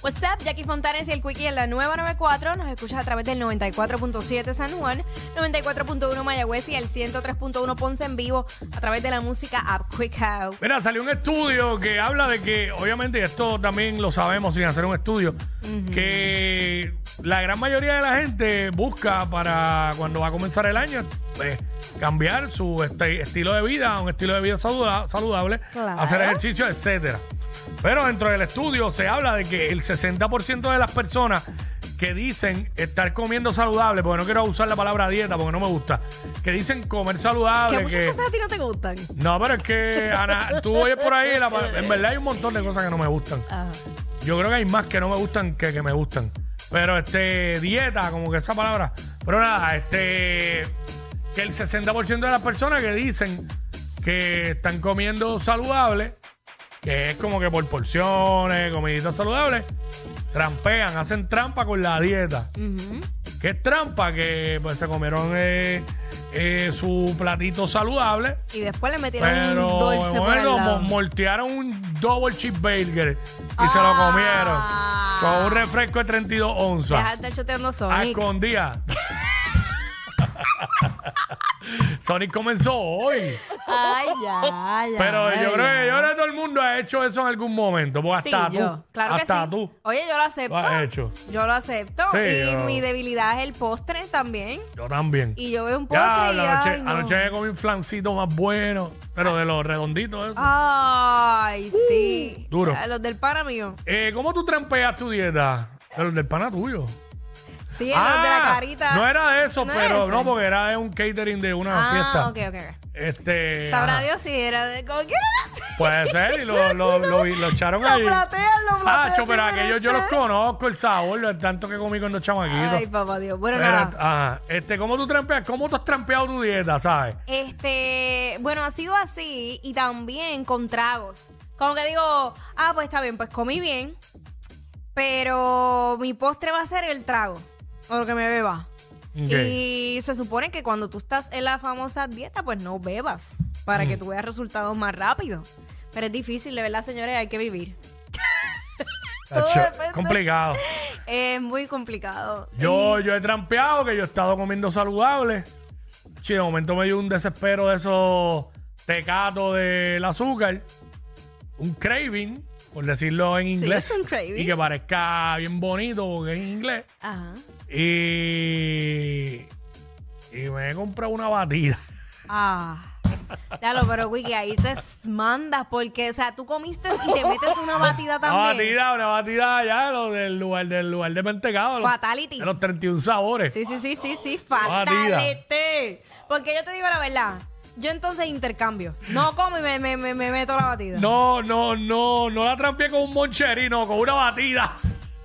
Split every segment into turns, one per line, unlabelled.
What's up, Jackie Fontanes y el Quickie en la nueva 94. Nos escuchas a través del 94.7 San Juan, 94.1 Mayagüez y el 103.1 Ponce en vivo a través de la música App Quick Out.
Mira, salió un estudio que habla de que, obviamente, y esto también lo sabemos sin hacer un estudio, que la gran mayoría de la gente busca para cuando va a comenzar el año pues, cambiar su este- estilo de vida, a un estilo de vida saluda- saludable,
Claro.
hacer ejercicio, etcétera. Pero dentro del estudio se habla de que el 60% de las personas que dicen estar comiendo saludable, porque no quiero usar la palabra dieta porque no me gusta, que dicen comer
Que
saludable,
muchas
que-
cosas a ti no te gustan.
no, pero es que, Ana, tú oyes por ahí, la pa- en verdad hay un montón de cosas que no me gustan.
Ajá.
Yo creo que hay más que no me gustan que que me gustan. Pero este, dieta, como que esa palabra. Pero nada, este, que el 60% de las personas que dicen que están comiendo saludable, que es como que por porciones, comiditas saludables, trampean, hacen trampa con la dieta.
Ujú.
Que es trampa, que pues se comieron eh, eh, su platito saludable.
Y después le metieron
Pero
un dulce por el
bueno,
lado.
mo- moltearon un double cheeseburger y se lo comieron con un refresco de 32
Ah. Deja de
onzas.
estar choteando
A
Sonic.
escondidas. Sonic comenzó hoy.
Ay, ya, ya.
Pero yo
ya.
creo que yo creo que todo el mundo ha hecho eso en algún momento. Pues
Sí,
hasta
yo.
tú.
Claro que
hasta
sí.
tú.
Oye, yo lo acepto.
Lo has hecho.
Yo lo acepto.
Sí,
y
yo-
mi debilidad es el postre también.
Yo también.
Y yo veo un postre
ya,
y
anoche,
ay, no.
anoche me comí un flancito más bueno, pero de los redonditos. esos.
Ah. Ay, sí.
Uh, duro.
A Los del pana mío.
Eh, ¿Cómo tú trampeas tu dieta? De los del pana tuyo.
Sí, los de la carita.
Ah, No era de eso,
¿No era
pero
ese?
no, porque era de un catering de una
Ah,
fiesta.
ok, ok, ok.
Este.
Sabrá
ajá.
Dios si era de. ¿Cómo que era?
Puede ser, y lo, lo, lo, lo echaron
Lo
ahí.
platean, lo platean,
Hacho, pero
¿qué
aquellos yo los
merece?
conozco, el sabor, lo tanto que comí con los chamaquitos.
Ay, papá Dios. Bueno,
Pero,
nada.
ajá. Este, ¿cómo tú trampeas? ¿Cómo tú has trampeado tu dieta, sabes?
Este, bueno, ha sido así y también con tragos. Como que digo, ah, pues está bien, pues comí bien, pero mi postre va a ser el trago, o lo que me beba.
Ok.
Y se supone que cuando tú estás en la famosa dieta, pues no bebas para
Mm.
que tú veas resultados más rápido. Pero es difícil, de verdad, señores, hay que vivir. todo
Hacho,
depende.
complicado.
Es muy complicado.
Yo, yo he trampeado, que yo he estado comiendo saludable. Sí, de momento me dio un desespero de esos tecatos del azúcar. Un craving, por decirlo en inglés.
es un craving.
Y que parezca bien bonito porque es en inglés.
Ajá.
Y, y me he comprado una batida.
Ah. Dalo, pero Wiki, ahí te mandas porque, o sea, tú comiste y te metes una batida
Una
también.
batida, una batida allá lo del lugar, del lugar de Pentecado. de los-
Fatality.
De los 31 sabores.
Sí, sí, sí, sí, sí,
Batida.
fatalete. Porque yo te digo la verdad, yo entonces intercambio. No como y me, me, me, me meto la batida.
No, no, no, no la trampeé con un moncherino, con una batida.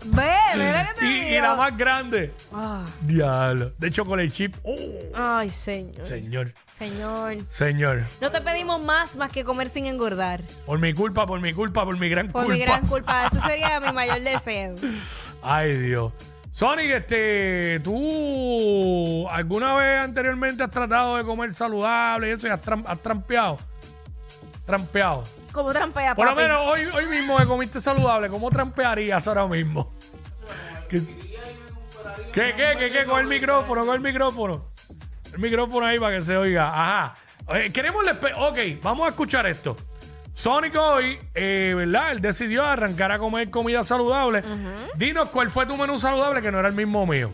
Ve, ve lo que te
Y, y
digo.
la más grande.
Ah,
Diablo. De chocolate chip. Oh,
Ay, señor.
señor.
Señor.
Señor.
No te pedimos más más que comer sin engordar.
Por mi culpa, por mi culpa, por mi gran
Por
culpa.
mi gran culpa. Eso sería mi mayor deseo.
Ay, Dios. Sonic, este, tú alguna vez anteriormente has tratado de comer saludable y eso y has, tram- has trampeado. Trampeado.
Como trampea,
Por lo
papi.
menos hoy, hoy mismo que comiste saludable, ¿cómo trampearías ahora mismo? ¿Qué, qué, qué, qué, qué? Con el micrófono, con el micrófono. El micrófono ahí para que se oiga. Ajá. Eh, queremos la espe- Ok, vamos a escuchar esto. Sonic hoy, eh, ¿verdad? Él decidió arrancar a comer comida saludable. Dinos cuál fue tu menú saludable que no era el mismo mío.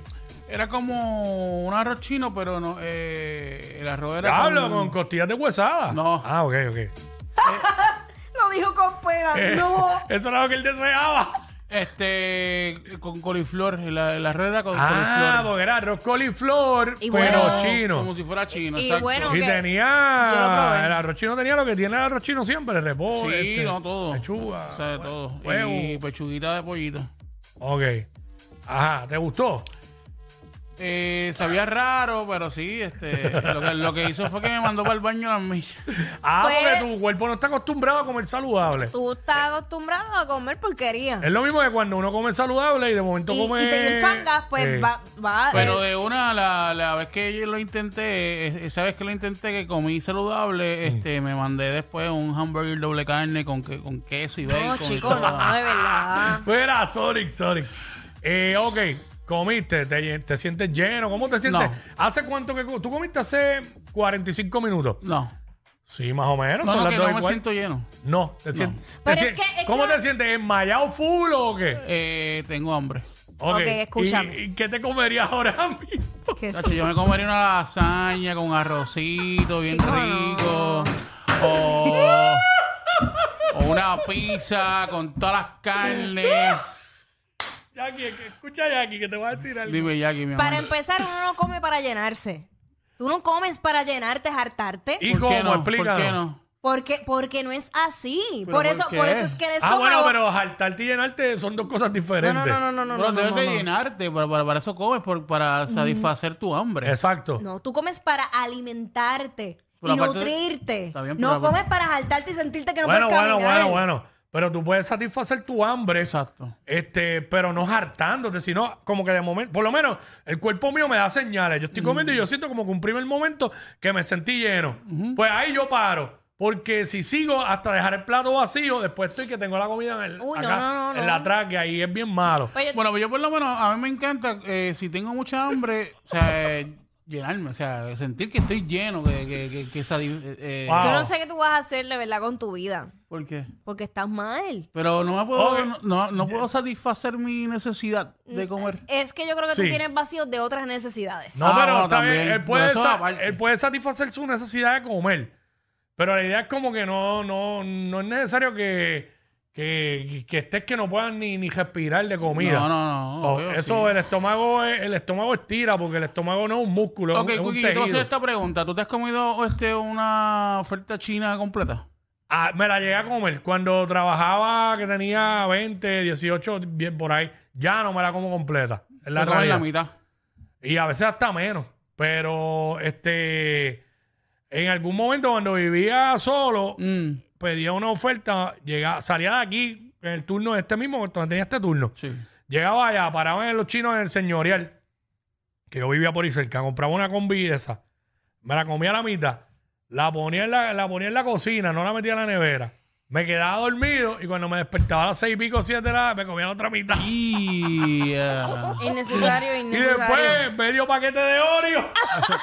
Era como un arroz chino, pero no, eh, el arroz era
Hablo con
con-
costillas de huesada.
No.
Ah, ok, ok.
Lo dijo con pena.
Eh,
No.
Eso era lo que él deseaba.
este con coliflor, el, el arroz era con
Ah,
coliflor.
porque era arroz coliflor,
Y
pero
bueno.
chino.
Como si fuera chino,
Y
exacto.
bueno,
Y
Ok. Yo lo
tenía.
probé.
El arroz chino tenía lo que tiene el arroz chino siempre: repollo.
sí,
este,
no todo.
Lechuga.
O sea, de todo.
Huevo.
Y pechuguita de pollito.
Ok. Ajá, ¿te gustó?
Eh, sabía raro, pero sí, este, lo, que, lo que hizo fue que me mandó para el baño las millas.
Ah,
Pues-
porque tu cuerpo no está acostumbrado a comer saludable.
Tú estás acostumbrado a comer porquería.
Es lo mismo que cuando uno come saludable y de momento
Y,
come.
y te enfangas, pues
Eh,
va, va
Pero
eh,
de una, la, la vez que yo lo intenté, eh, esa vez que lo intenté, que comí saludable,
Mm.
este, me mandé después un hamburger doble carne con, que- con queso y bacon.
No,
y
chico,
todo. Ah,
no, de verdad.
Mira, Sonic, Sonic. Eh, ok, comiste, te, llen- te sientes lleno. ¿Cómo te sientes?
No.
¿Hace cuánto que co- tú comiste? Hace 45 minutos.
No,
Sí, más o menos.
no,
son
no,
las
que
dos
no me
y cuarto.
siento lleno.
No, te sientes. te
Pero es
sien-
que- es
¿Cómo
que-
te sientes? ¿Enmayado full o qué?
Eh, tengo hambre.
Ok, escúchame.
¿Y, y qué te comerías ahora mismo?
que
Chacho, yo me comería una lasaña con arrocito bien
Chico,
rico. O, o una pizza con todas las carnes.
Jackie, es que- escucha, Jackie, que te voy a decir algo.
Dime, Jackie, mi
Para
amor.
empezar, uno no come para llenarse. Tú no comes para llenarte, hartarte.
¿Y
¿Por
cómo?
qué no? ¿Por
Explícanos.
qué no?
Porque, porque no es así.
¿Pero
Por
por
eso,
qué?
por eso es que el
Ah,
estómago.
bueno, pero jaltarte y llenarte son dos cosas
no,
diferentes.
no, no, no, no, no,
Pero
no,
debes
no,
de
no.
llenarte, para, para- para eso comes, por- para satisfacer tu hambre.
Exacto.
No, tú comes para alimentarte
Pero
y
aparte-
nutrirte.
Está bien, pero
No
aparte-
comes para jaltarte y sentirte que no
bueno,
puedes
bueno,
caminar.
bueno, bueno. Pero tú puedes satisfacer tu hambre,
Exacto.
este, pero no hartándote, sino como que de momento, por lo menos el cuerpo mío me da señales. Yo estoy comiendo y yo siento como que un primer momento que me sentí lleno. Pues ahí yo paro. Porque si sigo hasta dejar el plato vacío, después estoy que tengo la comida en, el,
Uy, no,
acá,
no, no,
en
no.
la tráquea y es bien malo.
Pues yo-
Bueno, pues yo por lo menos, a mí me encanta, eh, si tengo mucha hambre, o sea, eh, llenarme, o sea, sentir que estoy lleno, que, que, que, que sati- eh, eh,
Wow.
yo no sé qué tú vas a hacer de verdad con tu vida.
¿Por qué?
Porque estás mal.
Pero no me puedo,
Ok.
no, no, no puedo satisfacer mi necesidad de
Mm.
comer.
Es que yo creo que tú
Sí.
tienes vacíos de otras necesidades.
No,
Ah,
pero
bueno,
está bien,
también.
Él puede,
Pero eso
sa-
aparte.
él puede satisfacer su necesidad de comer. Pero la idea es como que no, no, no es necesario que, que, que estés que no puedas ni, ni respirar de comida.
No, no, no.
Oh,
obvio,
eso,
sí.
el estómago es- el estómago estira porque el estómago no es un músculo,
Ok,
es un, es un
Cookie, yo te voy a hacer
tejido.
esta pregunta. ¿Tú te has comido este, una oferta china completa?
Ah, me la llegué a comer cuando trabajaba que tenía 20, 18, bien por ahí. Ya no me la como completa. Es la
Te comes la
realidad.
mitad.
Y a veces hasta menos. Pero este en algún momento cuando vivía solo,
Mm,
pedía una oferta, llegaba, salía de aquí en el turno de este mismo, donde tenía este turno.
sí.
Llegaba allá, paraban en los chinos en el señorial, que yo vivía por ahí cerca, compraba una combi de esa, me la comía a la mitad, la ponía, en la, la ponía en la cocina, no la metía en la nevera. Me quedaba dormido y cuando me despertaba a las seis y pico, siete de la me comía la otra mitad.
Y, eh,
Innecesario,
Y después medio paquete de Oreo.
eso-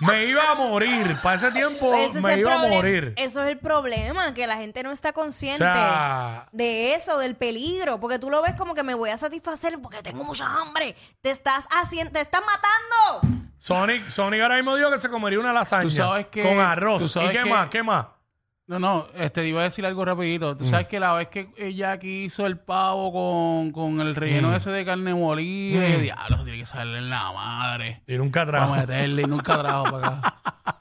Me iba a morir. Para ese tiempo
Ese es
me
el
iba a
problema.
morir.
Eso es el problema, que la gente no está consciente
O sea,
de eso, del peligro, porque tú lo ves como que me voy a satisfacer porque tengo mucha hambre. Te estás haciendo, te estás matando.
Sonic, Sonic ahora mismo dijo que se comería una lasaña
Tú sabes que-
con arroz.
tú sabes
¿Y qué
que-
más? ¿Qué más?
No, no, este, te iba a decir algo rapidito.
Mm.
Tú sabes que la vez que eh, Jackie hizo el pavo con, con el
Mm.
relleno ese de carne molida, yo, diablo, eso tiene que salir en la madre.
Y nunca Mm. trajo.
Vamos a meterle y nunca trajo para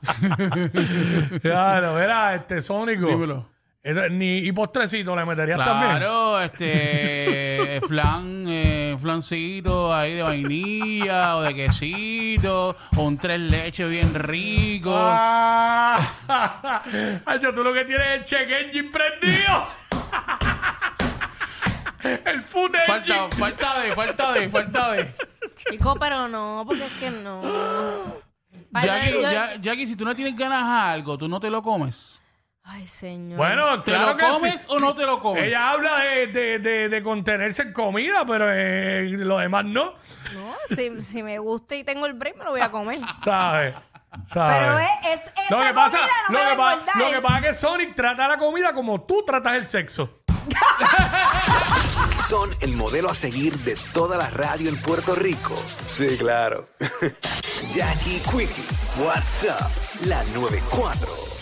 acá.
Claro, era este Sónico.
Dímelo.
Era- Ni, y postrecito le meterías también.
Claro, este, eh, flan, eh, flancito ahí de vainilla o de quesito, o un tres leches bien rico.
Ah, Hacho, tú lo que tienes es el check engine prendido. el food engine.
Falta, falta de, falta de, falta de.
Chico, pero no, porque es que no. Ay,
Jackie,
yo- yo-
ya- Jackie, si tú no tienes ganas a algo, tú no te lo comes.
Ay, señor.
Bueno,
¿Te
claro
lo
que sí.
comes o no te lo comes?
Ella habla de, de- de- de contenerse en comida, pero eh, lo demás no,
No, si, si me gusta y tengo el break, me lo voy a comer.
¿sabes? ¿Sabes?
Pero es, es esa
lo que pasa,
comida no me
lo,
va
que
a
pa-
engordar.
lo que pasa es que Sonic trata la comida como tú tratas el sexo.
Son el modelo a seguir de toda la radio en Puerto Rico. Sí, claro. Jackie Quickie, WhatsApp, la 94.